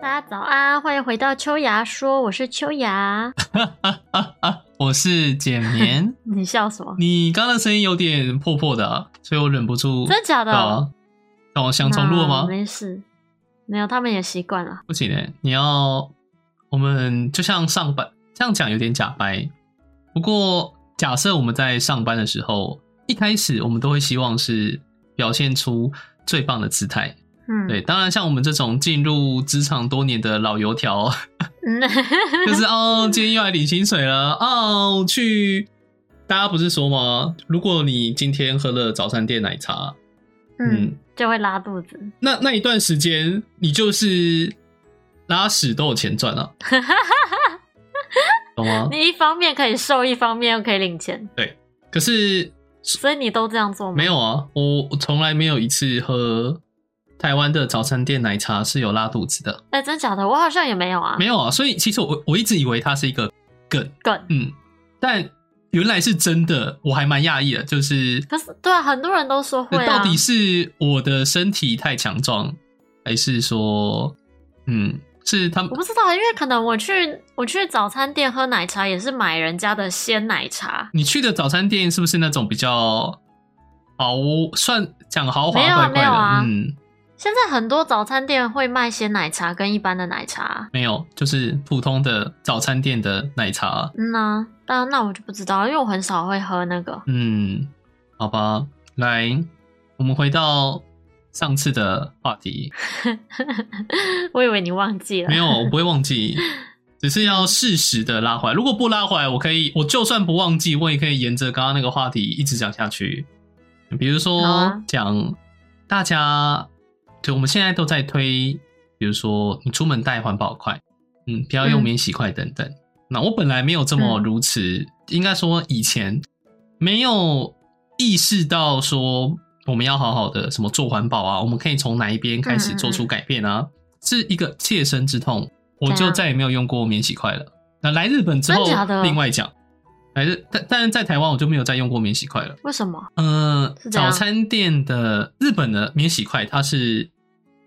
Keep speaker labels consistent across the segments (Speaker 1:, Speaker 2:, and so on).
Speaker 1: 大家早安，欢迎回到秋芽说，我是秋 芽。。
Speaker 2: 我是简棉
Speaker 1: 你笑什么？
Speaker 2: 你刚刚的声音有点破破的啊、所以我忍不住。
Speaker 1: 真的假的
Speaker 2: 对啊让我想重录了
Speaker 1: 那
Speaker 2: 吗？
Speaker 1: 没事，没有，他们也习惯了。
Speaker 2: 不行哎、你要我们就像上班，这样讲有点假掰。不过假设我们在上班的时候，一开始我们都会希望是表现出最棒的姿态。
Speaker 1: 嗯，
Speaker 2: 对，当然像我们这种进入职场多年的老油条，
Speaker 1: 嗯，
Speaker 2: 就是哦，今天又来领薪水了，哦，去。大家不是说吗？如果你今天喝了早餐店奶茶，
Speaker 1: 嗯，就会拉肚子。
Speaker 2: 那那一段时间你就是拉屎都有钱赚 啊，懂吗？
Speaker 1: 你一方面可以瘦，一方面又可以领钱，
Speaker 2: 可是
Speaker 1: 所以你都这样做吗？
Speaker 2: 没有啊，我我从来没有一次喝台湾的早餐店奶茶是有拉肚子的，
Speaker 1: 哎、真假的？我好像也没有啊。
Speaker 2: 没有啊。所以其实我我一直以为它是一个梗，
Speaker 1: 梗。
Speaker 2: 嗯，但原来是真的，我还蛮讶异的，就是
Speaker 1: 可是，对啊，很多人都说会啊。
Speaker 2: 到底是我的身体太强壮，还是说，嗯，是他们
Speaker 1: 我不知道，因为可能我去我去早餐店喝奶茶也是买人家的鲜奶茶，
Speaker 2: 你去的早餐店是不是那种比较豪算讲豪华
Speaker 1: 没有啊
Speaker 2: 怪怪
Speaker 1: 没
Speaker 2: 的？
Speaker 1: 有啊
Speaker 2: 嗯，
Speaker 1: 现在很多早餐店会卖鲜奶茶跟一般的奶茶。
Speaker 2: 没有，就是普通的早餐店的奶茶。
Speaker 1: 嗯呐、啊，但那我就不知道，因为我很少会喝那个。
Speaker 2: 嗯，好吧，来，我们回到上次的话题，
Speaker 1: 我以为你忘记了。
Speaker 2: 没有，我不会 忘记。只是要适时的拉回来，如果不拉回来，我可以，我就算不忘记，我也可以沿着刚刚那个话题一直讲下去。比如说
Speaker 1: 好啊
Speaker 2: 讲、大家，就我们现在都在推，比如说你出门带环保筷，嗯，不要
Speaker 1: 嗯
Speaker 2: 用免洗筷等等。那我本来没有这么
Speaker 1: 嗯
Speaker 2: 如此，应该说以前没有意识到说我们要好好的什么做环保啊，我们可以从哪一边开始做
Speaker 1: 嗯
Speaker 2: 出改变啊，是一个切身之痛。我
Speaker 1: 怎
Speaker 2: 就
Speaker 1: 样
Speaker 2: 再也没有用过免洗筷了。那来日本之后
Speaker 1: 真假的，
Speaker 2: 另外讲。来日，但但是在台湾我就没有再用过免洗筷了。
Speaker 1: 为什么？
Speaker 2: 嗯、
Speaker 1: 是这样
Speaker 2: 早餐店的日本的免洗筷它是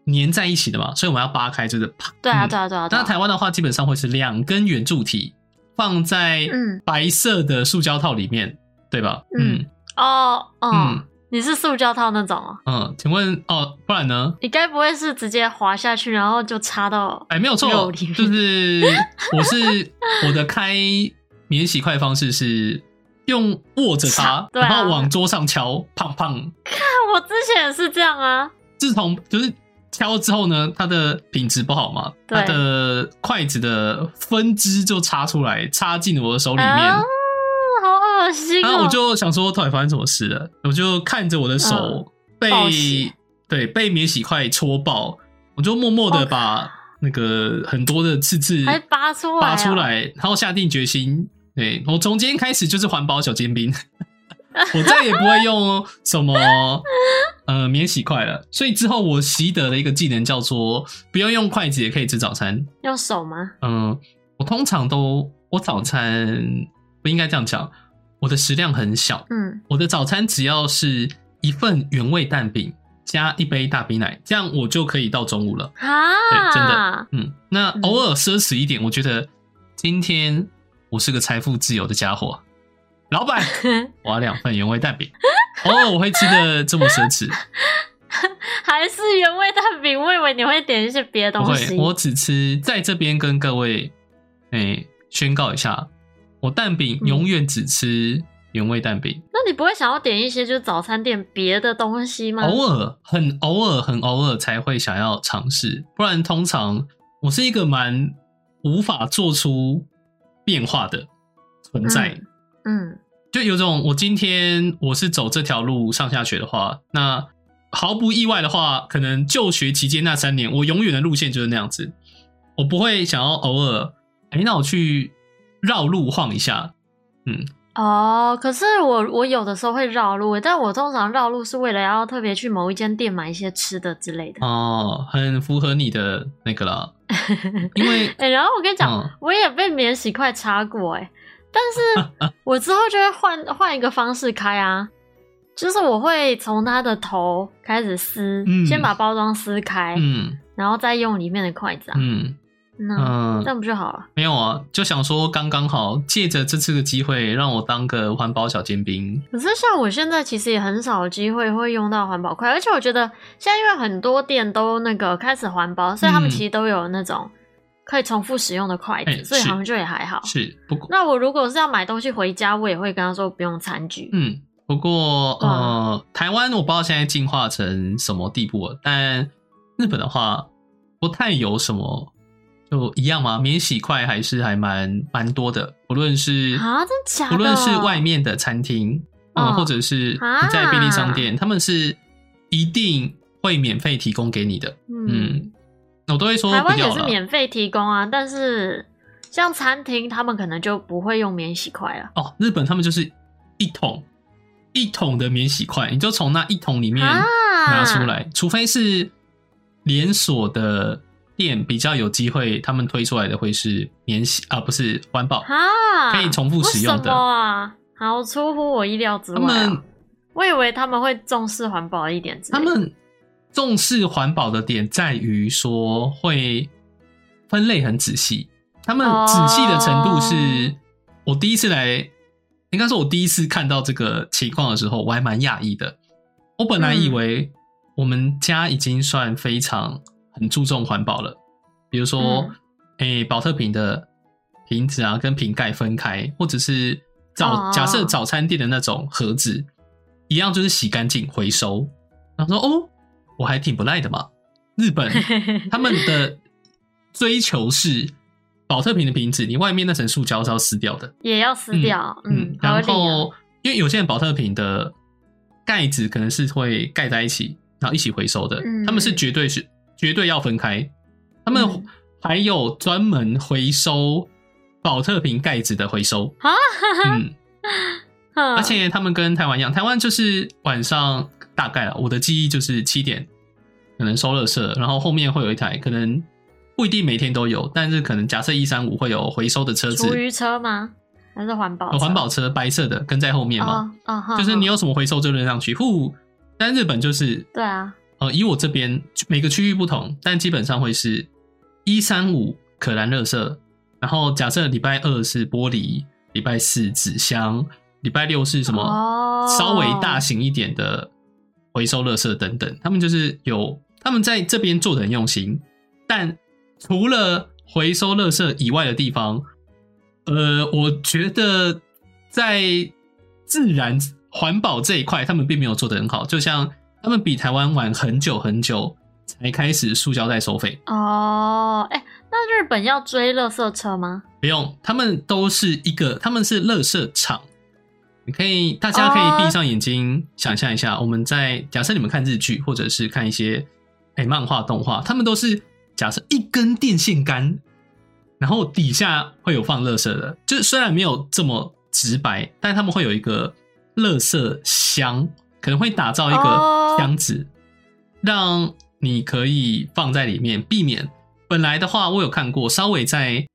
Speaker 2: 粘在一起的嘛，所以我们要扒开，就是啪。
Speaker 1: 对啊，
Speaker 2: 嗯
Speaker 1: 对啊，对啊。对
Speaker 2: 那
Speaker 1: 啊
Speaker 2: 台湾的话，基本上会是两根圆柱体放在
Speaker 1: 嗯
Speaker 2: 白色的塑胶套里面，对吧？
Speaker 1: 嗯哦哦，
Speaker 2: 嗯
Speaker 1: 你是塑胶套那种哦？
Speaker 2: 嗯，请问哦，不然呢？
Speaker 1: 你该不会是直接滑下去，然后就插到？啊
Speaker 2: 哎，没有
Speaker 1: 肉
Speaker 2: 错，
Speaker 1: 里面
Speaker 2: 就是我是我的开免洗筷方式是用握着它
Speaker 1: 插，对啊
Speaker 2: 然后往桌上敲，砰砰。
Speaker 1: 那我之前也是这样啊。
Speaker 2: 自从就是敲之后呢，它的品质不好嘛，
Speaker 1: 对
Speaker 2: 它的筷子的分支就插出来，插进我的手里面。
Speaker 1: 啊，好恶心哦！
Speaker 2: 然后我就想说，到底发生什么事了？我就看着我的
Speaker 1: 嗯
Speaker 2: 手被、
Speaker 1: 爆血
Speaker 2: 对被免洗筷戳爆，我就默默的把那个很多的刺刺
Speaker 1: 还拔出来、啊，
Speaker 2: 拔出，来，然后下定决心，对我从今天开始就是环保小尖兵， 我再也不会用什么呃免洗筷了。所以之后我习得了一个技能，叫做不用用筷子也可以吃早餐。
Speaker 1: 用手吗？
Speaker 2: 嗯，我通常都我早餐不应该这样讲，我的食量很小，
Speaker 1: 嗯，
Speaker 2: 我的早餐只要是一份原味蛋饼加一杯大冰奶，这样我就可以到中午了。
Speaker 1: 啊，
Speaker 2: 对哎真的，嗯，那
Speaker 1: 嗯
Speaker 2: 偶尔奢侈一点，我觉得今天我是个财富自由的家伙。老板， 我要两份原味蛋饼。偶尔我会吃的这么奢侈，
Speaker 1: 还是原味蛋饼。我以为你会点一些别的
Speaker 2: 不
Speaker 1: 东
Speaker 2: 会，
Speaker 1: 西。
Speaker 2: 我只吃。在这边跟各位，哎、宣告一下，我蛋饼
Speaker 1: 嗯
Speaker 2: 永远只吃原味蛋饼，
Speaker 1: 那你不会想要点一些就是早餐店别的东西吗？
Speaker 2: 偶尔很偶尔很偶尔才会想要尝试，不然通常我是一个蛮无法做出变化的存在。
Speaker 1: 嗯，
Speaker 2: 就有种我今天我是走这条路上下学的话，那毫不意外的话，可能就学期间那三年，我永远的路线就是那样子，我不会想要偶尔，哎、那我去绕路晃一下，嗯，
Speaker 1: 哦，可是我我有的时候会绕路，欸但我通常绕路是为了要特别去某一间店买一些吃的之类的。
Speaker 2: 哦，很符合你的那个啦，因为
Speaker 1: 哎、然后我跟你讲，
Speaker 2: 嗯
Speaker 1: 我也被免洗筷插过哎、但是我之后就会换换一个方式开啊，就是我会从它的头开始撕，
Speaker 2: 嗯
Speaker 1: 先把包装撕开，
Speaker 2: 嗯
Speaker 1: 然后再用里面的筷子啊，
Speaker 2: 嗯
Speaker 1: 那
Speaker 2: 嗯、
Speaker 1: 这样不就好了？
Speaker 2: 没有啊，就想说刚刚好，借着这次的机会，让我当个环保小尖兵。
Speaker 1: 可是像我现在其实也很少有机会会用到环保筷，而且我觉得现在因为很多店都那个开始环保，所以他们
Speaker 2: 嗯
Speaker 1: 其实都有那种可以重复使用的筷子，
Speaker 2: 哎
Speaker 1: 所以
Speaker 2: 是
Speaker 1: 好像就也还好。
Speaker 2: 是，不过，
Speaker 1: 那我如果是要买东西回家，我也会跟他说不用餐具。
Speaker 2: 嗯，不过，呃，台湾我不知道现在进化成什么地步了，但日本的话不太有什么，就一样嘛，免洗筷还是还蛮蛮多的，不论是
Speaker 1: 啊，真假的？
Speaker 2: 不论是外面的餐厅，嗯，
Speaker 1: 嗯
Speaker 2: 或者是你在便利
Speaker 1: 啊
Speaker 2: 商店，他们是一定会免费提供给你的。嗯，我都会说
Speaker 1: 台
Speaker 2: 不
Speaker 1: 湾也
Speaker 2: 要
Speaker 1: 是
Speaker 2: 了。
Speaker 1: 免费提供啊，但是像餐厅他们可能就不会用免洗筷了。
Speaker 2: 哦，日本他们就是一桶一桶的免洗筷，你就从那一桶里面
Speaker 1: 啊，
Speaker 2: 嗯拿出来，除非是连锁的店比较有机会，他们推出来的会是免洗啊，不是环保，
Speaker 1: 啊，
Speaker 2: 可以重复使用
Speaker 1: 为
Speaker 2: 的
Speaker 1: 什么啊？好出乎我意料之
Speaker 2: 他
Speaker 1: 外啊、
Speaker 2: 们
Speaker 1: 我以为他们会重视环保一点之类
Speaker 2: 他
Speaker 1: 的
Speaker 2: 们重视环保的点在于说会分类很仔细，他们
Speaker 1: 哦
Speaker 2: 仔细的程度是、我第一次来，应该说我第一次看到这个情况的时候，我还蛮讶异的。我本来以为我们家已经算非常很注重环保了，比如说
Speaker 1: 嗯，
Speaker 2: 诶、保特瓶的瓶子啊跟瓶盖分开，或者是
Speaker 1: 哦
Speaker 2: 早假设早餐店的那种盒子，一样就是洗干净回收。然后说哦，我还挺不赖的嘛。日 本他们的追求是保特瓶的瓶子，你外面那层塑胶是要撕掉的。
Speaker 1: 也要撕掉，嗯，合
Speaker 2: 然
Speaker 1: 理啊
Speaker 2: 后因为有些人保特瓶的盖子可能是会盖在一起，然后一起回收的，
Speaker 1: 嗯
Speaker 2: 他们是绝对是绝对要分开。他们
Speaker 1: 嗯
Speaker 2: 还有专门回收保特瓶盖子的回收，
Speaker 1: 啊，
Speaker 2: 嗯，
Speaker 1: 哼嗯
Speaker 2: 而且他们跟台湾一样，台湾就是晚上大概了，我的记忆就是七点可能收垃圾，然后后面会有一台可能。不一定每天都有，但是可能假设一三五会有回收的车子，
Speaker 1: 厨余车吗？还是环保车？
Speaker 2: 有环保车白色的跟在后面嘛，
Speaker 1: 哦哦哼
Speaker 2: 就是你
Speaker 1: 哼
Speaker 2: 有什么回收就扔上去。呼，但日本就是
Speaker 1: 对啊，
Speaker 2: 呃，以我这边每个区域不同，但基本上会是一三五可燃垃圾，然后假设礼拜二是玻璃，礼拜四纸箱，礼拜六是什么
Speaker 1: 哦，
Speaker 2: 稍微大型一点的回收垃圾等等。他们就是有他们在这边做的很用心，但除了回收垃圾以外的地方，呃，我觉得在自然环保这一块，他们并没有做得很好。就像他们比台湾晚很久很久才开始塑胶袋收费，
Speaker 1: 哦，哎、那日本要追垃圾车吗？
Speaker 2: 不用，他们都是一个，他们是垃圾场。你可以，大家可以
Speaker 1: 哦
Speaker 2: 闭上眼睛想象一下，我们在假设你们看日剧或者是看一些哎、漫画、动画，他们都是假设一根电线杆，然后底下会有放垃圾的，就是虽然没有这么直白，但他们会有一个垃圾箱，可能会打造一
Speaker 1: 哦
Speaker 2: 个箱子，让你可以放在里面，避免本来的话，我有看过，稍微在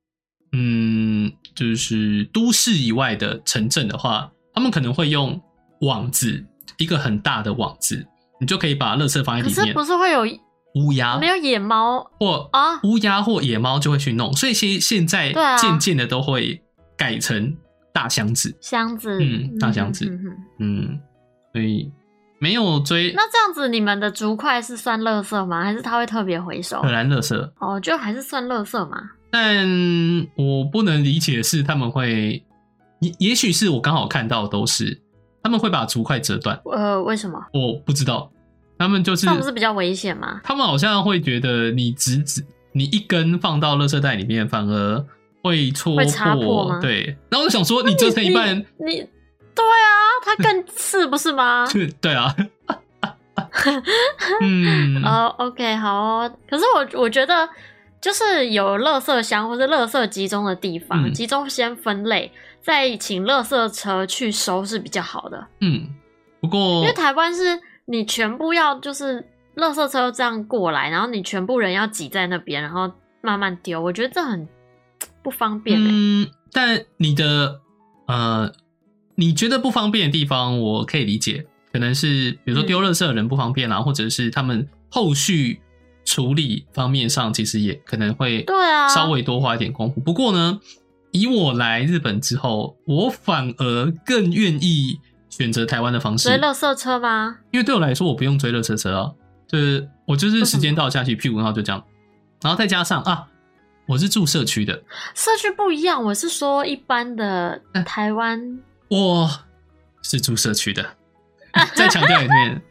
Speaker 2: 嗯，就是都市以外的城镇的话，他们可能会用网子，一个很大的网子，你就可以把垃圾放在
Speaker 1: 可
Speaker 2: 里
Speaker 1: 是
Speaker 2: 面
Speaker 1: 不。是会有、
Speaker 2: 乌鸦
Speaker 1: 没有野猫
Speaker 2: 或
Speaker 1: 啊？
Speaker 2: 乌鸦或野猫就会去弄，所以其实现在
Speaker 1: 对啊
Speaker 2: 渐渐的都会改成大箱子。
Speaker 1: 箱子，
Speaker 2: 嗯大箱子
Speaker 1: 嗯哼哼哼
Speaker 2: 嗯，所以没有追
Speaker 1: 那这样子，你们的竹筷是算垃圾吗？还是它会特别回收
Speaker 2: 荷？兰垃圾。
Speaker 1: 哦，就还是算垃圾嘛。
Speaker 2: 但我不能理解的是他们会，也也许是我刚好看到的都是他们会把竹筷折断，
Speaker 1: 呃，为什么？
Speaker 2: 我不知道，他们就是
Speaker 1: 这样不是比较危险吗？
Speaker 2: 他们好像会觉得你直直你一根放到垃圾袋里面，反而会戳
Speaker 1: 会擦破吗
Speaker 2: 对，然后我就想说，你折成一半，
Speaker 1: 你你对啊，它更刺不是吗？
Speaker 2: 就 对啊，嗯，
Speaker 1: 哦、o k 好哦。可是我我觉得，就是有垃圾箱或是垃圾集中的地方，
Speaker 2: 嗯
Speaker 1: 集中先分类，再请垃圾车去收是比较好的。
Speaker 2: 嗯，不过
Speaker 1: 因为台湾是你全部要就是垃圾车这样过来，然后你全部人要挤在那边，然后慢慢丢，我觉得这很不方便、欸。
Speaker 2: 嗯，但你的呃，你觉得不方便的地方，我
Speaker 1: 嗯
Speaker 2: 啊可以理解，可能是比如说丢垃圾的人不方便啦、或者是他们后续处理方面上，其实也可能会
Speaker 1: 对啊
Speaker 2: 稍微多花一点功夫。不过呢，以我来日本之后，我反而更愿意选择台湾的方式
Speaker 1: 所以，垃圾车吗？
Speaker 2: 因为对我来说，我不用追热车车啊，就是我就是时间到下去屁股，然后就这样，然后再加上啊，我是住社区的，
Speaker 1: 社区不一样，我是说一般的
Speaker 2: 嗯
Speaker 1: 台湾
Speaker 2: 我是住社区的， 再强调一遍，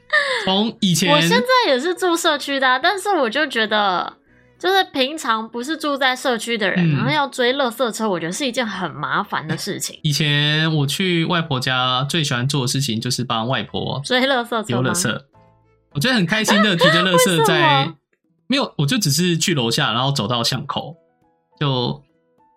Speaker 2: 从以前
Speaker 1: 我现在也是住社区的啊、但是我就觉得，就是平常不是住在社区的人，
Speaker 2: 嗯
Speaker 1: 然后要追垃圾车，我觉得是一件很麻烦的事 情。
Speaker 2: 以前我去外婆家，最喜欢做的事情就是帮外婆
Speaker 1: 追垃圾车
Speaker 2: 丢
Speaker 1: 吗
Speaker 2: 垃？圾。我觉得很开心的提着垃
Speaker 1: 为什么
Speaker 2: 圾在，没有，我就只是去楼下，然后走到巷口，就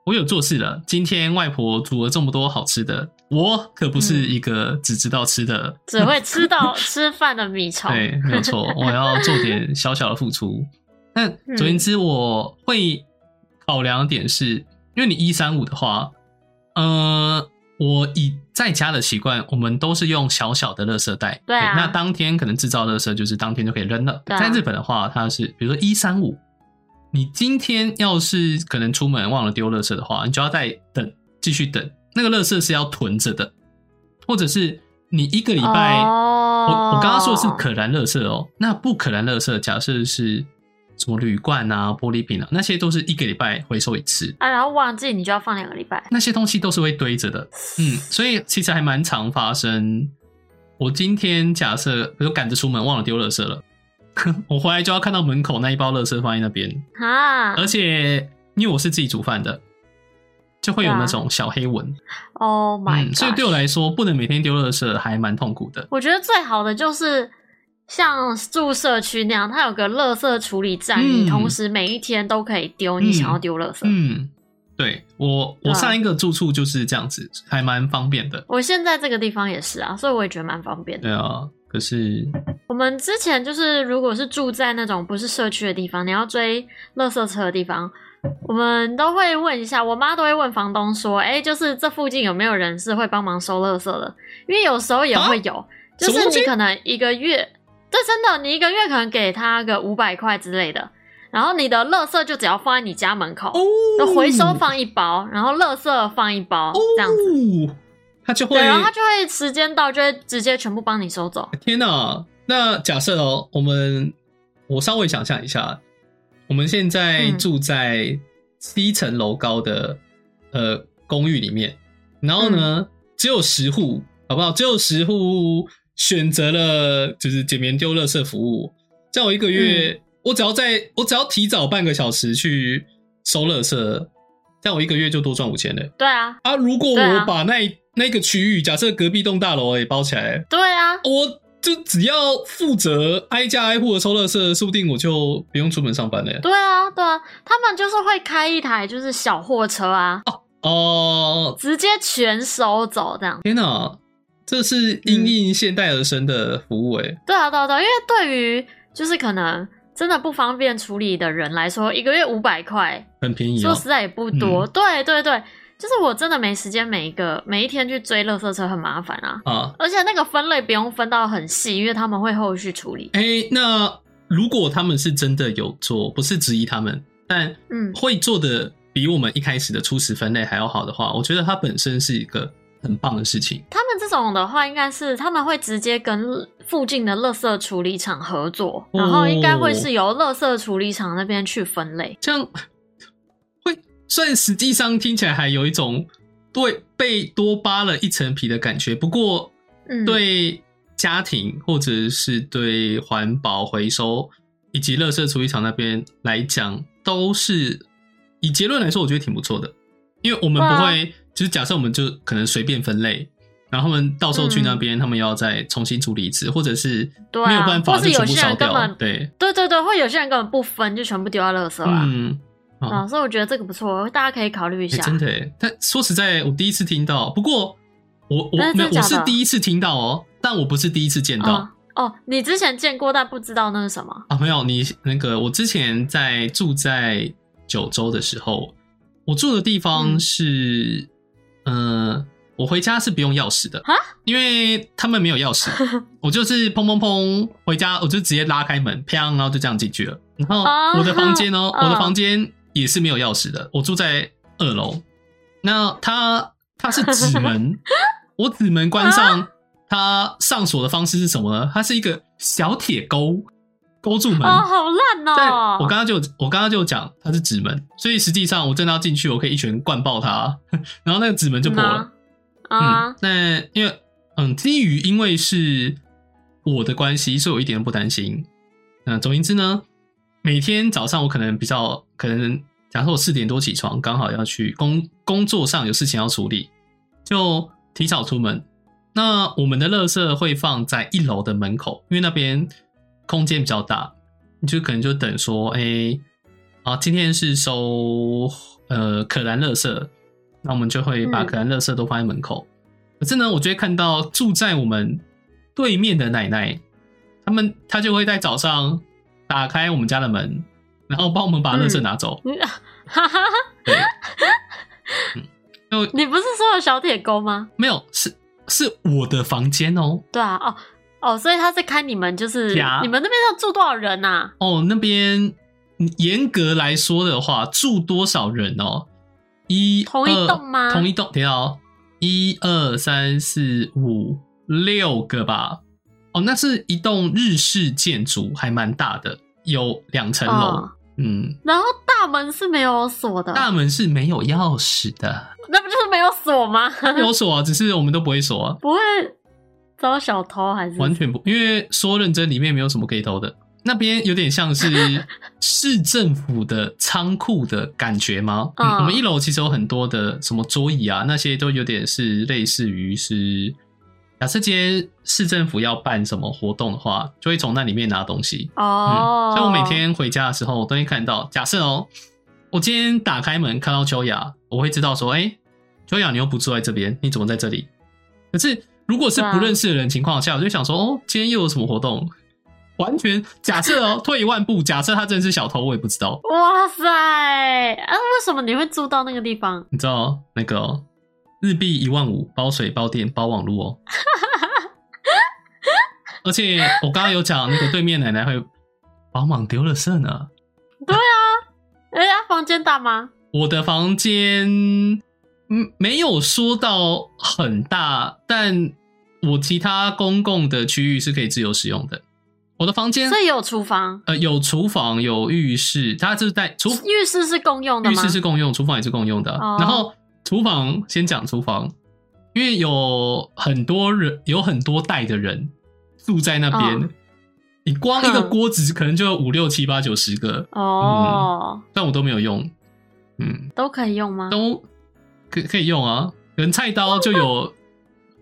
Speaker 2: 我有做事了。今天外婆煮了这么多好吃的，我可不
Speaker 1: 嗯
Speaker 2: 是一个只知道吃的，
Speaker 1: 只会吃到 吃饭的米虫。
Speaker 2: 对，没有错，我要做点小小的付出。但
Speaker 1: 嗯
Speaker 2: 总而言之，我会考量的点是，因为你一三五的话，呃，我以在家的习惯，我们都是用小小的垃圾袋。
Speaker 1: 对啊
Speaker 2: 那当天可能制造垃圾就是当天就可以扔了。
Speaker 1: 对啊
Speaker 2: 在日本的话，它是比如说一三五，你今天要是可能出门忘了丢垃圾的话，你就要再等，继续等。那个垃圾是要囤着的，或者是你一个礼拜。
Speaker 1: 哦
Speaker 2: 我我刚刚说的是可燃垃圾哦，那不可燃垃圾，假设是什么铝罐啊、玻璃瓶啊，那些都是一个礼拜回收一次，
Speaker 1: 啊，然后忘记你就要放两个礼拜。
Speaker 2: 那些东西都是会堆着的。嗯，所以其实还蛮常发生。我今天假设比如赶着出门忘了丢垃圾了， 我回来就要看到门口那一包垃圾放在那边，
Speaker 1: 啊，
Speaker 2: 而且因为我是自己煮饭的，就会有
Speaker 1: 对啊
Speaker 2: 那种小黑蚊。嗯
Speaker 1: Oh my！、
Speaker 2: 嗯，所以对我，来说，不能每天丢垃圾还蛮痛苦的。
Speaker 1: 我觉得最好的就是像住社区那样，它有个垃圾处理站，
Speaker 2: 嗯
Speaker 1: 你同时每一天都可以丢你想要丢垃圾。
Speaker 2: 嗯，对我
Speaker 1: 对啊
Speaker 2: 我上一个住处就是这样子，还蛮方便的。
Speaker 1: 我现在这个地方也是啊，所以我也觉得蛮方便的。
Speaker 2: 对啊，可是
Speaker 1: 我们之前就是，如果是住在那种不是社区的地方，你要追垃圾车的地方，我们都会问一下，我妈都会问房东说，哎、就是这附近有没有人是会帮忙收垃圾的？因为有时候也会有，就
Speaker 2: 啊什么
Speaker 1: 是
Speaker 2: 东西
Speaker 1: 你可能一个月，这真的，你一个月可能给他个五百块之类的，然后你的垃圾就只要放在你家门口，
Speaker 2: 哦
Speaker 1: 就哦回收放一包，然后垃圾放一包，这样子。
Speaker 2: 子，他哦就会
Speaker 1: 对，然后他就会时间到就会直接全部帮你收走。
Speaker 2: 天哪！那假设哦，我们我稍微想象一下，我们现在
Speaker 1: 嗯
Speaker 2: 住在七层楼高的、呃公寓里面，然后呢，
Speaker 1: 嗯
Speaker 2: 只有十户，好不好？只有十户选择了就是减免丢垃圾服务。像我一个
Speaker 1: 嗯
Speaker 2: 月，我只要在我只要提早半个小时去收垃圾，这样我一个月就多赚五千了。
Speaker 1: 对啊，
Speaker 2: 啊，如果
Speaker 1: 对
Speaker 2: 我
Speaker 1: 啊
Speaker 2: 把那、那个区域，假设隔壁栋大楼也包起来，
Speaker 1: 对啊，
Speaker 2: 我就只要负责挨家挨户的收垃圾，说不定我就不用出门上班了。
Speaker 1: 对啊，对啊，他们就是会开一台就是小货车啊，
Speaker 2: 哦、
Speaker 1: 直接全收走这样。
Speaker 2: 天哪，这是因应现代而生的服务哎、
Speaker 1: 对啊，对啊，对啊，因为对于就是可能真的不方便处理的人来说，一个月五百块，
Speaker 2: 很便宜
Speaker 1: 说
Speaker 2: 哦、
Speaker 1: 实在也不多。对对对，就是我真的没时间，每一个每一天去追垃圾车很麻烦啊。
Speaker 2: 啊。
Speaker 1: 而且那个分类不用分到很细，因为他们会后续处理。
Speaker 2: 哎、那如果他们是真的有做，不是质疑他们，但
Speaker 1: 嗯，
Speaker 2: 会做的比我们一开始的初始分类还要好的话，我觉得它本身是一个很棒的事情。
Speaker 1: 他们这种的话，应该是他们会直接跟附近的垃圾处理厂合作，
Speaker 2: 哦
Speaker 1: 然后应该会是由垃圾处理厂那边去分类。
Speaker 2: 这样会，虽然实际上听起来还有一种对被多扒了一层皮的感觉，不过
Speaker 1: 嗯，，
Speaker 2: 对家庭或者是对环保回收以及垃圾处理厂那边来讲，都是以结论来说，我觉得挺不错的，因为我们
Speaker 1: 对啊
Speaker 2: 不会，就是假设我们就可能随便分类。然后他们到时候去那边，他们要再重新处理一次，或者是
Speaker 1: 对啊
Speaker 2: 没有办法
Speaker 1: 或是
Speaker 2: 就全
Speaker 1: 有
Speaker 2: 部
Speaker 1: 些人
Speaker 2: 烧掉
Speaker 1: 根本。
Speaker 2: 对，
Speaker 1: 对对对，会有些人根本不分，就全部丢到垃圾啊。
Speaker 2: 嗯，好
Speaker 1: 啊，所以我觉得这个不错，大家可以考虑一
Speaker 2: 欸
Speaker 1: 下。
Speaker 2: 真的欸，但说实在，我第一次听到。不过我我
Speaker 1: 真的
Speaker 2: 没有，
Speaker 1: 假
Speaker 2: 我是
Speaker 1: 的
Speaker 2: 第一次听到哦，但我不是第一次见到、
Speaker 1: 啊哦，你之前见过，但不知道那是什么。
Speaker 2: 啊。没有，你那个我之前在住在九州的时候，我住的地方
Speaker 1: 嗯
Speaker 2: 是，呃，我回家是不用钥匙的
Speaker 1: 啊，
Speaker 2: 因为他们没有钥匙，我就是砰砰砰回家，我就直接拉开门，砰，然后就这样进去了。然后
Speaker 1: 哦
Speaker 2: 我的房间哦，
Speaker 1: 嗯
Speaker 2: 我的房间也是没有钥匙的，我住在二楼。那它它是纸门，我纸门关上，它上锁的方式是什么呢？它是一个小铁钩勾住门。
Speaker 1: 哦，好烂
Speaker 2: 但
Speaker 1: 哦！
Speaker 2: 嗯我刚刚就我刚刚就讲它是纸门，所以实际上我真的要进去，我可以一拳灌爆它， 然后那个纸门就破了。
Speaker 1: 嗯啊
Speaker 2: 嗯，那因为嗯，基于因为是我的关系，所以我一点都不担心。那总而言之呢，每天早上我可能比较可能，假设我四点多起床，刚好要去工工作上有事情要处理，就提早出门。那我们的垃圾会放在一楼的门口，因为那边空间比较大，你就可能就等说，哎、啊，今天是收呃可燃垃圾，那我们就会把
Speaker 1: 嗯
Speaker 2: 可燃垃圾都放在门口。可是呢，我就会看到住在我们对面的奶奶，他们她就会在早上打开我们家的门，然后帮我们把垃圾
Speaker 1: 嗯
Speaker 2: 拿走。
Speaker 1: 你 哈哈哈，
Speaker 2: 对，
Speaker 1: 你不是说有小铁钩吗？
Speaker 2: 没有是是我的房间哦、
Speaker 1: 对啊，哦哦，所以他在开你们就是
Speaker 2: 呀
Speaker 1: 你们那边要住多少人啊呐、
Speaker 2: 哦，那边嗯严格来说的话，住多少人哦？一
Speaker 1: 同一
Speaker 2: 二
Speaker 1: 栋吗
Speaker 2: 同一栋，等一下哦，一二三四五六个吧。哦，那是一栋日式建筑，还蛮大的，有两层楼。
Speaker 1: 哦
Speaker 2: 嗯，
Speaker 1: 然后大门是没有锁的，
Speaker 2: 大门是没有钥匙的，
Speaker 1: 那不就是没有锁吗？
Speaker 2: 有锁啊，只是我们都不会锁啊，
Speaker 1: 不会招小偷还是
Speaker 2: 完全不，因为说认真，里面没有什么可以偷的。那边有点像是市政府的仓库的感觉吗？嗯
Speaker 1: 嗯
Speaker 2: 我们一楼其实有很多的什么桌椅啊，那些都有点是类似于是，假设今天市政府要办什么活动的话，就会从那里面拿东西。
Speaker 1: 哦、
Speaker 2: 嗯所以我每天回家的时候，我都会看到。假设哦，我今天打开门看到秋雅，我会知道说，哎、秋雅，你又不住在这边，你怎么在这里？可是如果是
Speaker 1: 对啊
Speaker 2: 不认识的人情况下，我就想说，哦，今天又有什么活动？完全假 设哦，退一万步，假设他真的是小偷，我也不知道。
Speaker 1: 哇塞啊，为什么你会住到那个地方？
Speaker 2: 你知道那个哦、日币一万五，包水、包电、包 网络哦。而且我刚刚有讲，那个对面奶奶会帮忙丢了色呢。
Speaker 1: 哎、呀，房间大吗？
Speaker 2: 我的房间，嗯，没有说到很大，但我其他公共的区域是可以自由使用的。我的房间
Speaker 1: 所，以有厨房，
Speaker 2: 呃，有厨房，有浴室，它是在厨
Speaker 1: 浴室是共用的
Speaker 2: 浴
Speaker 1: 吗？
Speaker 2: 室是共用，厨房也是共用的。啊
Speaker 1: 哦
Speaker 2: 然后厨房先讲厨房，因为有很多人，有很多代的人住在那边，
Speaker 1: 哦
Speaker 2: 你光一个
Speaker 1: 嗯
Speaker 2: 锅子可能就有五六七八九十个，
Speaker 1: 哦、
Speaker 2: 但我都没有用，嗯。
Speaker 1: 都可以用吗？
Speaker 2: 都可可以用啊，可能菜刀就有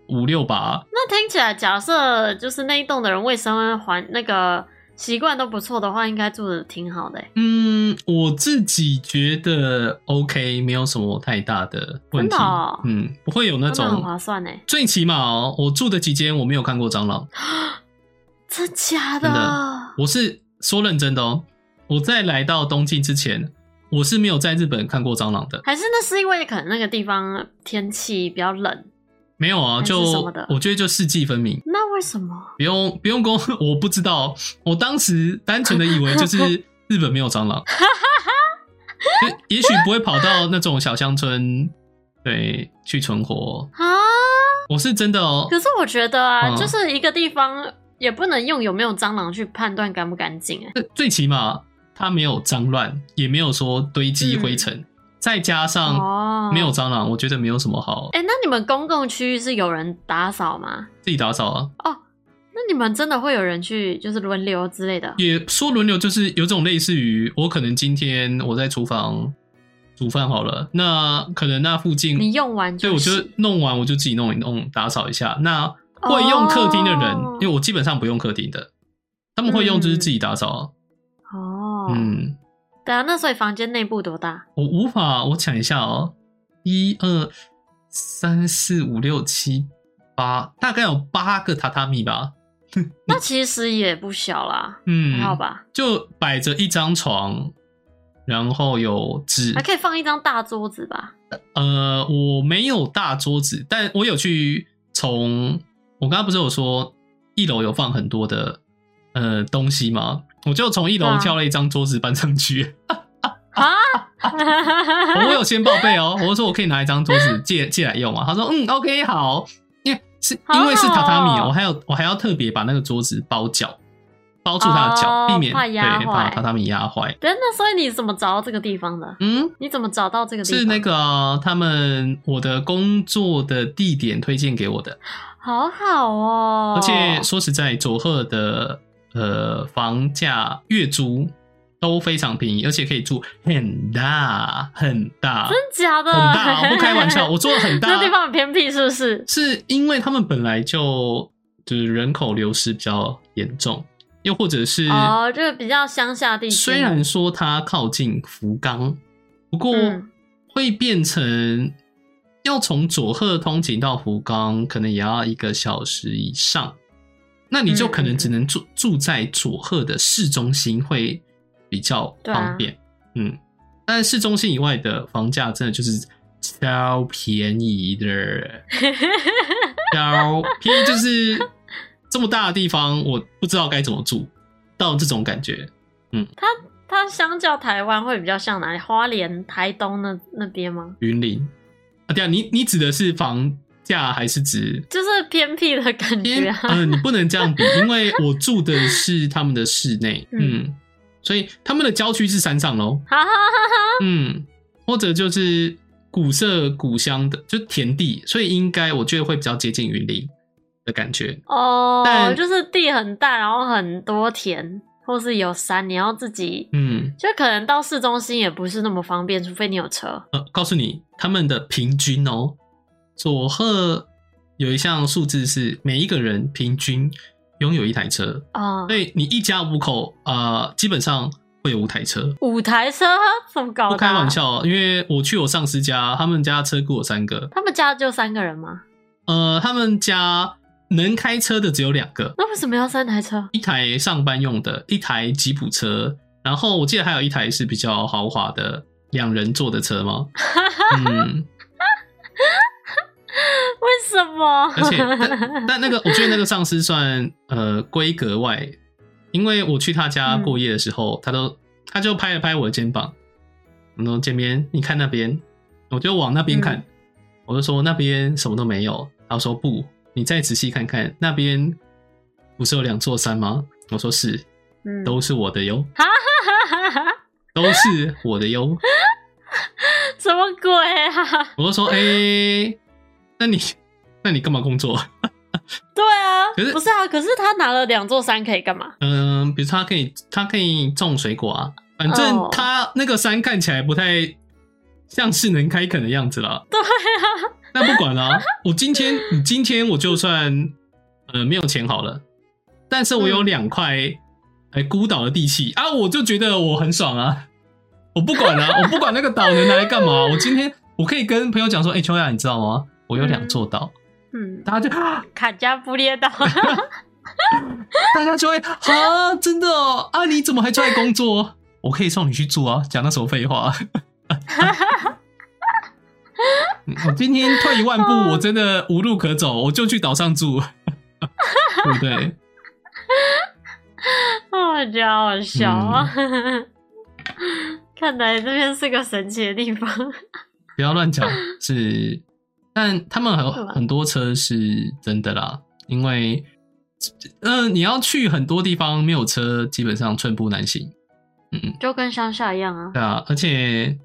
Speaker 2: 五六把，
Speaker 1: 那听起来，假设就是那一栋的人卫生环那个习惯都不错的话，应该住的挺好的欸、
Speaker 2: 嗯，我自己觉得 OK，没有什么太大的问
Speaker 1: 真
Speaker 2: 题，
Speaker 1: 的哦
Speaker 2: 嗯，不会有那
Speaker 1: 真的很
Speaker 2: 种
Speaker 1: 划算欸呢。
Speaker 2: 最起码哦，我住的期间我没有看过蟑螂，
Speaker 1: 真假的？
Speaker 2: 真的我是说认真的哦，我在来到东京之前，我是没有在日本看过蟑螂的，
Speaker 1: 还是那是因为可能那个地方天气比较冷？
Speaker 2: 没有啊，
Speaker 1: 哎还是
Speaker 2: 就
Speaker 1: 什么的
Speaker 2: 我觉得就四季分明，
Speaker 1: 那为什么？
Speaker 2: 不用不用跟我， 我不知道，我当时单纯的以为就是 日本没有蟑螂，就也许不会跑到那种小乡村，对，去存活。
Speaker 1: 啊？
Speaker 2: 我是真的哦，
Speaker 1: 可是我觉得啊，
Speaker 2: 嗯
Speaker 1: 就是一个地方也不能用有没有蟑螂去判断干不干净哎。
Speaker 2: 最最起码它没有脏乱，也没有说堆积灰尘，再加上
Speaker 1: 嗯哦，
Speaker 2: 嗯没有。蟑螂，我觉得没有什么好
Speaker 1: 哎、那你们公共区域是有人打扫吗？
Speaker 2: 自己打扫啊。
Speaker 1: 那你们真的会有人去就是轮流之类的？
Speaker 2: 也说轮流就是有种类似于我可能今天我在厨房煮饭好了，那可能那附近
Speaker 1: 你用完
Speaker 2: 对，
Speaker 1: 就
Speaker 2: 我
Speaker 1: 洗
Speaker 2: 就弄完我就自己弄一弄，打扫一下。那会用客厅的人，
Speaker 1: 哦
Speaker 2: 因为我基本上不用客厅的，他们会用就是自己打扫
Speaker 1: 哦
Speaker 2: 啊。，嗯，
Speaker 1: 对啊，那所以房间内部多大？
Speaker 2: 我无法，我想一下哦，一二三四五六七八，大概有八个榻榻米吧。
Speaker 1: 那其实也不小啦，
Speaker 2: 嗯，
Speaker 1: 还好，吧？
Speaker 2: 就摆着一张床，然后有纸
Speaker 1: 还，可以放一张大桌子吧？
Speaker 2: 呃，我没有大桌子，但我有去从我刚刚不是有说一楼有放很多的呃东西吗？我就从一楼
Speaker 1: 嗯
Speaker 2: 挑了一张桌子搬上去。
Speaker 1: 啊，
Speaker 2: 我有先报备哦，我就说我可以拿一张桌子借借来用嘛。他说嗯，OK，好，因为是
Speaker 1: 好好哦
Speaker 2: 因为是榻榻米，我还有我还要特别把那个桌子包脚，包住它的脚，
Speaker 1: 哦
Speaker 2: 避免
Speaker 1: 怕压
Speaker 2: 对把
Speaker 1: 坏
Speaker 2: 榻榻米压坏。
Speaker 1: 真的，所以你怎么找到这个地方的？
Speaker 2: 嗯，
Speaker 1: 你怎么找到这个地方？
Speaker 2: 是那个啊、他们我的工作的地点推荐给我的，
Speaker 1: 好好哦，
Speaker 2: 而且说实在，佐贺的呃房价月租都非常便宜，而且可以住很大很大
Speaker 1: 真假的，
Speaker 2: 很大，我不开 玩笑，我做很大
Speaker 1: 那地方很偏僻，是不是？
Speaker 2: 是因为他们本来就就是人口流失比较严重，又或者是
Speaker 1: 哦，就是比较乡下地区。
Speaker 2: 虽然说它靠近福冈，不过
Speaker 1: 嗯
Speaker 2: 会变成要从佐贺通勤到福冈，可能也要一个小时以上。那你就可能只能住住在佐贺的市中心会比较方便，嗯。但市中心以外的房价真的就是超便宜的，超便宜就是这么大的地方，我不知道该怎么住，到这种感觉。
Speaker 1: 它相较台湾会比较像哪里？花莲、台东那那边吗？
Speaker 2: 云林啊，对啊，你你指的是房价还是指
Speaker 1: 就是偏僻的感觉
Speaker 2: 天？
Speaker 1: 啊。
Speaker 2: 嗯，你不能这样比，因为我住的是他们的室内，
Speaker 1: 嗯啊
Speaker 2: 嗯，所以他们的郊区是山上喽，
Speaker 1: 哈哈哈哈！
Speaker 2: 嗯，或者就是古色古香的，就田地，所以应该我觉得会比较接近云林的感觉。
Speaker 1: 哦
Speaker 2: 但，
Speaker 1: 就是地很大，然后很多田，或是有山，你要自己。
Speaker 2: 嗯，
Speaker 1: 就可能到市中心也不是那么方便，除非你有车。
Speaker 2: 呃，告诉你他们的平均哦，佐贺有一项数字是每一个人平均拥有一台车，
Speaker 1: 哦，
Speaker 2: 所以你一家五口，呃，基本上会有五台车。
Speaker 1: 五台车怎么搞的、啊
Speaker 2: 不开玩，笑，因为我去我上司家，他们家车库有三个，
Speaker 1: 他们家就三个人吗？
Speaker 2: 呃，他们家能开车的只有两个，
Speaker 1: 那为什么要三台车？
Speaker 2: 一台上班用的，一台吉普车，然后我记得还有一台是比较豪华的两人坐的车吗？嗯，
Speaker 1: 为什么？
Speaker 2: 而且但但那个我觉得那个上司算呃规格外，因为我去他家过夜的时候，他都他就拍了拍我的肩膀，然后这边你看那边，我就往那边看，
Speaker 1: 嗯
Speaker 2: 我就说那边什么都没有，他说不，你再仔细看看那边不是有两座山吗？我说是，
Speaker 1: 嗯
Speaker 2: 都是我的哟，
Speaker 1: 哈哈哈哈
Speaker 2: 都是我的哟。
Speaker 1: 什么鬼啊？
Speaker 2: 我就说哎、那你那你干嘛工作？
Speaker 1: 对啊，
Speaker 2: 可是
Speaker 1: 不是啊？可是他拿了两座山可以干嘛？
Speaker 2: 嗯，比如说他可以，他可以种水果啊。反正
Speaker 1: 哦
Speaker 2: 他那个山看起来不太像是能开垦的样子啦。
Speaker 1: 对啊，
Speaker 2: 那不管啦、我今天，你今天我就算呃没有钱好了，但是我有
Speaker 1: 嗯
Speaker 2: 两块哎孤岛的地契啊，我就觉得我很爽啊。我不管啊，我不管那个岛能拿来干嘛，我今天我可以跟朋友讲说，哎、秋雅，你知道吗？我有两
Speaker 1: 嗯
Speaker 2: 座岛，
Speaker 1: 嗯，
Speaker 2: 大家就啊
Speaker 1: 卡加布列岛，
Speaker 2: 大家就会啊，真的哦啊，你怎么还出来工作？我可以送你去住啊，讲那什么废话？嗯我今天退一万步，我真的无路可走，我就去岛上住，对不对？
Speaker 1: 我觉得好好笑啊！
Speaker 2: 嗯
Speaker 1: 看来这边是个神奇的地方。
Speaker 2: 不要乱讲，是，但他们
Speaker 1: 会
Speaker 2: 很
Speaker 1: 吧
Speaker 2: 很多车是真的啦，因为，嗯、你要去很多地方没有车，基本上寸步难行。嗯，
Speaker 1: 就跟乡下一样啊。
Speaker 2: 对啊，而且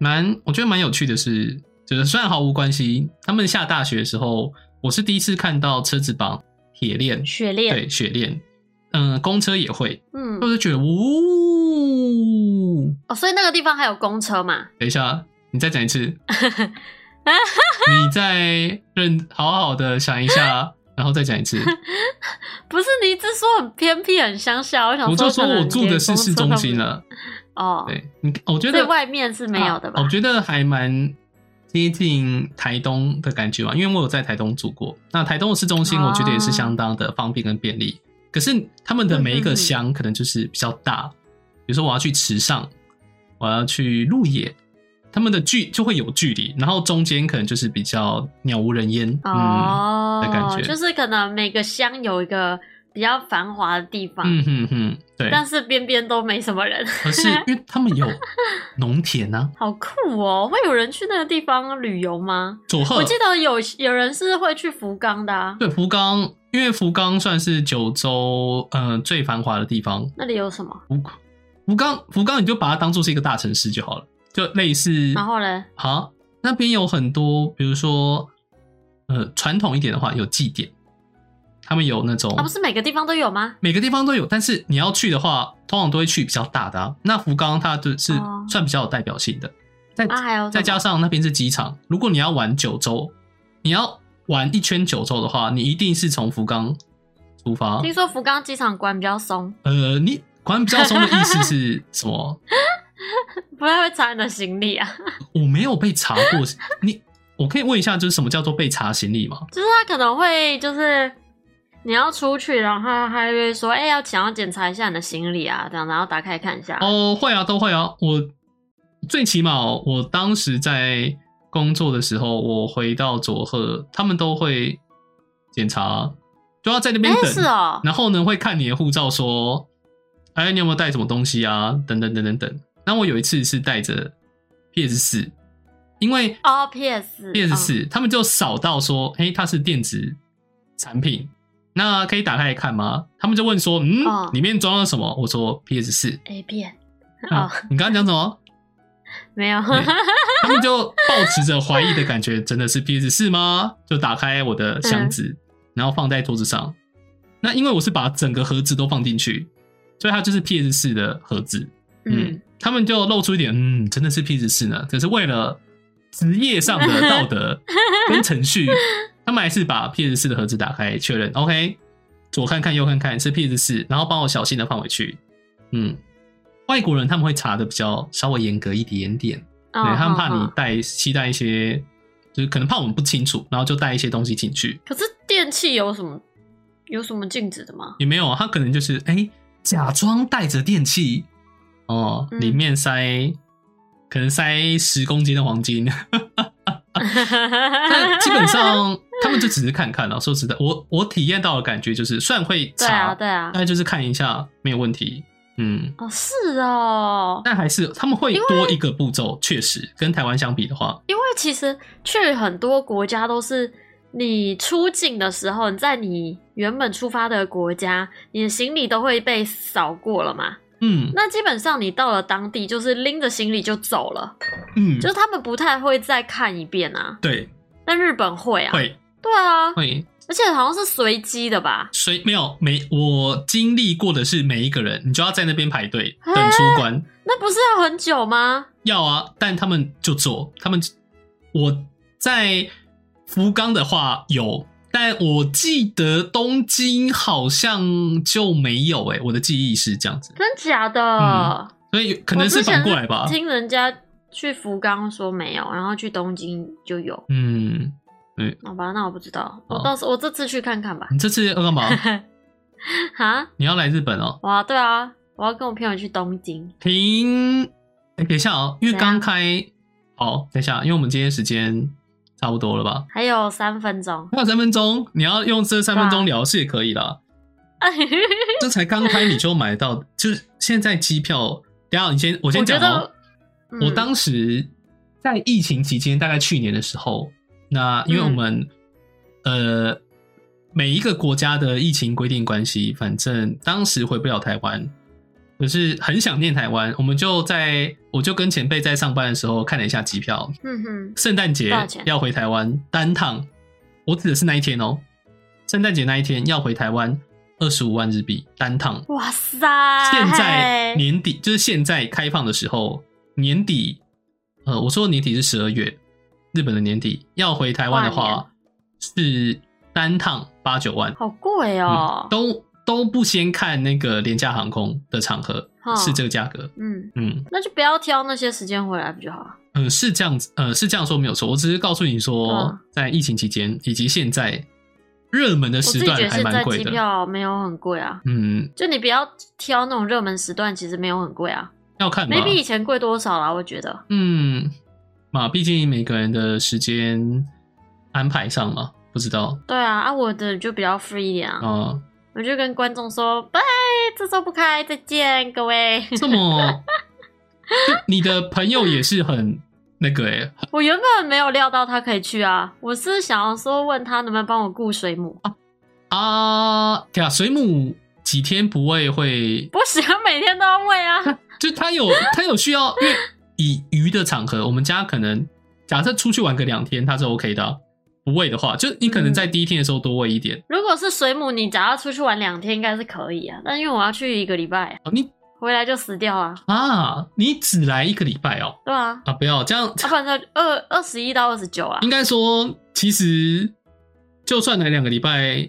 Speaker 2: 蛮我觉得蛮有趣的是，就是虽然毫无关系，他们下大雪的时候，我是第一次看到车子绑铁链，
Speaker 1: 雪链，
Speaker 2: 对雪链，嗯、公车也会，我
Speaker 1: 嗯，
Speaker 2: 就觉得呜、
Speaker 1: 哦，所以那个地方还有公车嘛？
Speaker 2: 等一下，你 再讲一次，你再认好好的想一下，然后再讲 一次。
Speaker 1: 不是，你一直说很偏僻、很乡下，我想
Speaker 2: 我
Speaker 1: 说，
Speaker 2: 就说我住的是市中心
Speaker 1: 了。
Speaker 2: 了，
Speaker 1: 哦，
Speaker 2: 对你，我觉
Speaker 1: 所以
Speaker 2: 得
Speaker 1: 外面是没有的吧
Speaker 2: 啊我？觉得还蛮接近台东的感觉吧，因为我有在台东住过。那台东的市中心，
Speaker 1: 哦
Speaker 2: 我觉得也是相当的方便跟便利。可是他们的每一个乡可能就是比较大，比如说我要去池上，我要去鹿野，他们的距就会有距离，然后中间可能就是比较鸟无人烟。嗯
Speaker 1: 哦
Speaker 2: 的感觉
Speaker 1: 就是可能每个乡有一个比较繁华的地方。
Speaker 2: 嗯哼哼，对，
Speaker 1: 但是边边都没什么人，
Speaker 2: 可是因为他们有农田 啊，
Speaker 1: 好酷哦！会有人去那个地方旅游吗？
Speaker 2: 佐贺
Speaker 1: 我记得有有人是会去福冈的、啊，
Speaker 2: 对福冈，因为福冈算是九州嗯、呃最繁华的地方，
Speaker 1: 那里有什么？
Speaker 2: 福福冈福冈你就把它当做是一个大城市就好了，就类似
Speaker 1: 然后嘞，
Speaker 2: 好那边有很多，比如说呃传统一点的话有祭典，他们有那种
Speaker 1: 啊，不是每个地方都有吗？
Speaker 2: 每个地方都有，但是你要去的话，通常都会去比较大的、啊。那福冈它就是
Speaker 1: 哦
Speaker 2: 算比较有代表性的，再、
Speaker 1: 啊，还有什么
Speaker 2: 再加上那边是机场，如果你要玩九州，你要玩一圈九州的话，你一定是从福冈出发。
Speaker 1: 听说福冈机场管比较松，
Speaker 2: 呃，你管比较松的意 思是什么？
Speaker 1: 不太会查你的行李啊。
Speaker 2: 我没有被查过，你我可以问一下，就是什么叫做被查行李吗？
Speaker 1: 就是他可能会就是你要出去，然后他他就会说，哎、要想要检查一下你的行李啊，这样，然后打开看一下。
Speaker 2: 哦，会啊，都会啊。我最起码哦我当时在工作的时候，我回到佐贺，他们都会检查，就要在那
Speaker 1: 哎、
Speaker 2: 边等。
Speaker 1: 是哦，
Speaker 2: 然后呢，会看你的护照，说，哎，你有没有带什么东西啊？等等等等等。那我有一次是带着 PS 四，因为
Speaker 1: 哦，PS
Speaker 2: PS 四、他们就扫到说，哎，它是电子产品，那可以打开来看吗？他们就问说，嗯，
Speaker 1: 嗯
Speaker 2: 里面装了什么？我说 PS 四。
Speaker 1: A 片哦
Speaker 2: 啊，你刚刚讲什么？
Speaker 1: 没有，
Speaker 2: 对他们就抱持着怀疑的感觉，真的是 PS 四吗？就打开我
Speaker 1: 嗯
Speaker 2: 的箱子，然后放在桌子上。那因为我是把整个盒子都放进去，所以它就是 PS 四的盒子。嗯，
Speaker 1: 嗯，
Speaker 2: 他们就露出一点，嗯，真的是 PS 四呢。可是为了职业上的道 德跟程序，他们还是把 PS 四的盒子打开确认，OK，左看看右看看是 PS 四，然后帮我小心的放回去。嗯，外国人他们会查的比较稍微严格一点点。
Speaker 1: 哦
Speaker 2: 对，他们怕
Speaker 1: 哦
Speaker 2: 你
Speaker 1: 哦
Speaker 2: 带携带一些，就是可能怕我们不清楚，然后就带一些东西进去，
Speaker 1: 可是电器有什么有什么禁止的吗？
Speaker 2: 也没有啊，他可能就是哎、假装带着电器，哦，
Speaker 1: 嗯
Speaker 2: 里面塞可能塞十公斤的黄金，啊但基本 上他们就只是看看了。说实在，我我体验到的感觉就是，虽然会
Speaker 1: 对啊，
Speaker 2: 查，
Speaker 1: 对啊，
Speaker 2: 但就是看一下没有问题，嗯，
Speaker 1: 哦，是哦，
Speaker 2: 但还是他们会多一个步骤，确实跟台湾相比的话，
Speaker 1: 因为其实去很多国家都是你出境的时候，你在你原本出发的国家，你的行李都会被扫过了嘛。
Speaker 2: 嗯
Speaker 1: 那基本上你到了当地，就是拎着行李就走了，
Speaker 2: 嗯
Speaker 1: 就，是他们不太会再看一遍啊。
Speaker 2: 对，
Speaker 1: 但日本会啊，
Speaker 2: 会
Speaker 1: 对啊，
Speaker 2: 会。
Speaker 1: 而且好像是随机的吧？
Speaker 2: 谁没有每我经历过的是每一个人，你就要在那边排队等出关。
Speaker 1: 那不是要很久吗？
Speaker 2: 要啊，但他们就做，他们我在福冈的话有，但我记得东京好像就没有诶、我的记忆是这样子，
Speaker 1: 真假的？
Speaker 2: 嗯所以可能是反过来
Speaker 1: 我
Speaker 2: 吧
Speaker 1: 之前。是听人家去福冈说没有，然后去东京就有。
Speaker 2: 嗯，
Speaker 1: 好吧，那我不知道，我
Speaker 2: 哦
Speaker 1: 到时我这次去看看吧。
Speaker 2: 你这次要干嘛？
Speaker 1: 哈，
Speaker 2: 你要来日本哦？
Speaker 1: 哇，对啊，我要跟我朋友去东京。
Speaker 2: 停，哎，等一下哦，因为
Speaker 1: 怎样
Speaker 2: 刚开，好，等一下，因为我们今天时间差不多了吧？
Speaker 1: 还有三分钟，
Speaker 2: 还有三分钟，你要用这三分钟聊是也可以啦。这才刚开你就买到，就是现在机票。等一下你先，我
Speaker 1: 我
Speaker 2: 先
Speaker 1: 觉
Speaker 2: 讲哦
Speaker 1: 得。，嗯
Speaker 2: 我当时在疫情期间，大概去年的时候，那因为我
Speaker 1: 嗯
Speaker 2: 们、呃每一个国家的疫情规定关系，反正当时回不了台湾，可是很想念台湾，我们就在我就跟前辈在上班的时候看了一下机票，
Speaker 1: 嗯哼，
Speaker 2: 圣诞节
Speaker 1: 多少钱
Speaker 2: 要回台湾单趟，我指的是那一天哦。圣诞节那一天要回台湾二十五万日币单趟。
Speaker 1: 哇塞，
Speaker 2: 现在年底就是现在开放的时候，年底，呃，我说的年底是十二月，日本的年底要回台湾的
Speaker 1: 跨
Speaker 2: 话是单趟八九万，
Speaker 1: 好贵哦
Speaker 2: 嗯，都都不先看那个廉价航空的场合
Speaker 1: 哦
Speaker 2: 是这个价格，
Speaker 1: 嗯，
Speaker 2: 嗯。
Speaker 1: 那就不要挑那些时间回来不就好了？
Speaker 2: 嗯，是这样子，呃，是这样说没有错。我只是告诉你说
Speaker 1: 嗯，
Speaker 2: 在疫情期间以及现在热门的
Speaker 1: 我
Speaker 2: 时
Speaker 1: 自己
Speaker 2: 段
Speaker 1: 觉得
Speaker 2: 还
Speaker 1: 现
Speaker 2: 蛮
Speaker 1: 在
Speaker 2: 贵
Speaker 1: 机
Speaker 2: 的。
Speaker 1: 票没有很贵啊，
Speaker 2: 嗯，
Speaker 1: 就你不要挑那种热门时段，其实没有很贵啊，
Speaker 2: 要看吧
Speaker 1: 没。比以前贵多少啦，我觉得。
Speaker 2: 嗯，嘛，毕竟每个人的时间安排上嘛，不知道。
Speaker 1: 对啊，啊，我的就比较 free 一点啊，
Speaker 2: 啊、
Speaker 1: 我就跟观众说，拜，这周不开，再见各位。
Speaker 2: 这么，就你的朋友也是很那个哎、
Speaker 1: 我原本没有料到他可以去啊，我是想要说问他能不能帮我雇水母，
Speaker 2: 啊，对啊，水母几天不喂会，
Speaker 1: 不行， 每天都要喂啊。
Speaker 2: 就它有它有需要，因为以鱼的场合，我们家可能假设出去玩个两天，它是 OK 的啊、不喂的话，就你可能在第一天的时候多喂一点。
Speaker 1: 如果是水母，你假如出去玩两天应该是可以啊，但因为我要去一个礼拜，
Speaker 2: 哦你
Speaker 1: 回来就死掉啊，
Speaker 2: 啊，你只来一个礼拜哦
Speaker 1: 对啊，
Speaker 2: 啊，不要这样，
Speaker 1: 啊不然就二二十一到二十九啊，
Speaker 2: 应该说其实就算来两个礼拜，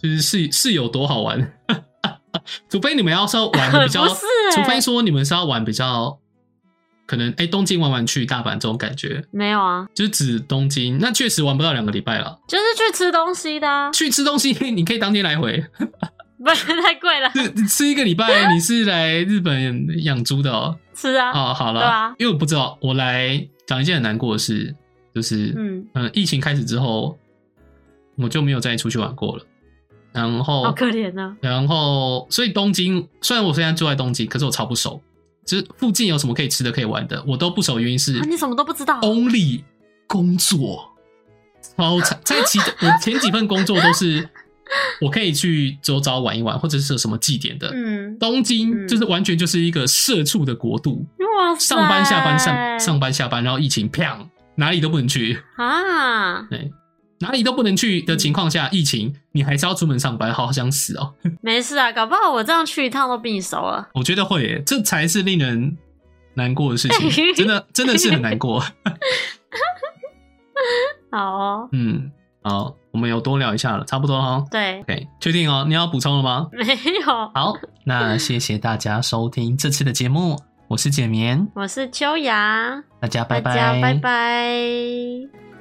Speaker 2: 就是是是有多好玩， 除非你们要是要玩的比较，
Speaker 1: 不是欸
Speaker 2: 除非说你们是要玩比较。可能哎、东京玩玩去大阪这种感觉，
Speaker 1: 没有啊，
Speaker 2: 就是指东京，那确实玩不到两个礼拜了。
Speaker 1: 就是去吃东西的、啊，
Speaker 2: 去吃东西， 你可以当天来回，
Speaker 1: 不然太贵了，
Speaker 2: 吃吃一个礼拜。你是来日本养猪的哦？
Speaker 1: 吃啊，
Speaker 2: 哦，好了，
Speaker 1: 对啊
Speaker 2: 因为我不知道，我来讲一件很难过的事，就是嗯、
Speaker 1: 嗯，
Speaker 2: 呃疫情开始之后，我就没有再出去玩过了。然后，
Speaker 1: 好可怜啊，
Speaker 2: 然后，所以东京虽然我现在住在东京，可是我超不熟，就是附近有什么可以吃的、可以玩的，我都不熟。原因是
Speaker 1: 啊你什么都不知道，
Speaker 2: 哦 only 工作，超 惨。在其他我前几份工作都是我可以去周遭玩一玩，或者是有什么祭典的。
Speaker 1: 嗯，
Speaker 2: 东京
Speaker 1: 嗯
Speaker 2: 就是完全就是一个社畜的国度，
Speaker 1: 哇塞，
Speaker 2: 上班下班上上班下班，然后疫情啪，哪里都不能去，
Speaker 1: 啊，
Speaker 2: 对，哪里都不能去的情况下，疫情你还是要出门上班，好想死哦。
Speaker 1: 没事啊，搞不好我这样去一趟都比你熟了，
Speaker 2: 我觉得会耶，这才是令人难过的事 情，真的真的是很难过。
Speaker 1: 好哦，
Speaker 2: 嗯，好，我们有多聊一下了，差不多哦了哈。
Speaker 1: 对，
Speaker 2: OK，确定哦，你要补充了吗？
Speaker 1: 没有，
Speaker 2: 好，那谢谢大家收听这次的节目，我是简眠，
Speaker 1: 我是秋雅，
Speaker 2: 大家
Speaker 1: 大
Speaker 2: 拜拜，
Speaker 1: 家拜拜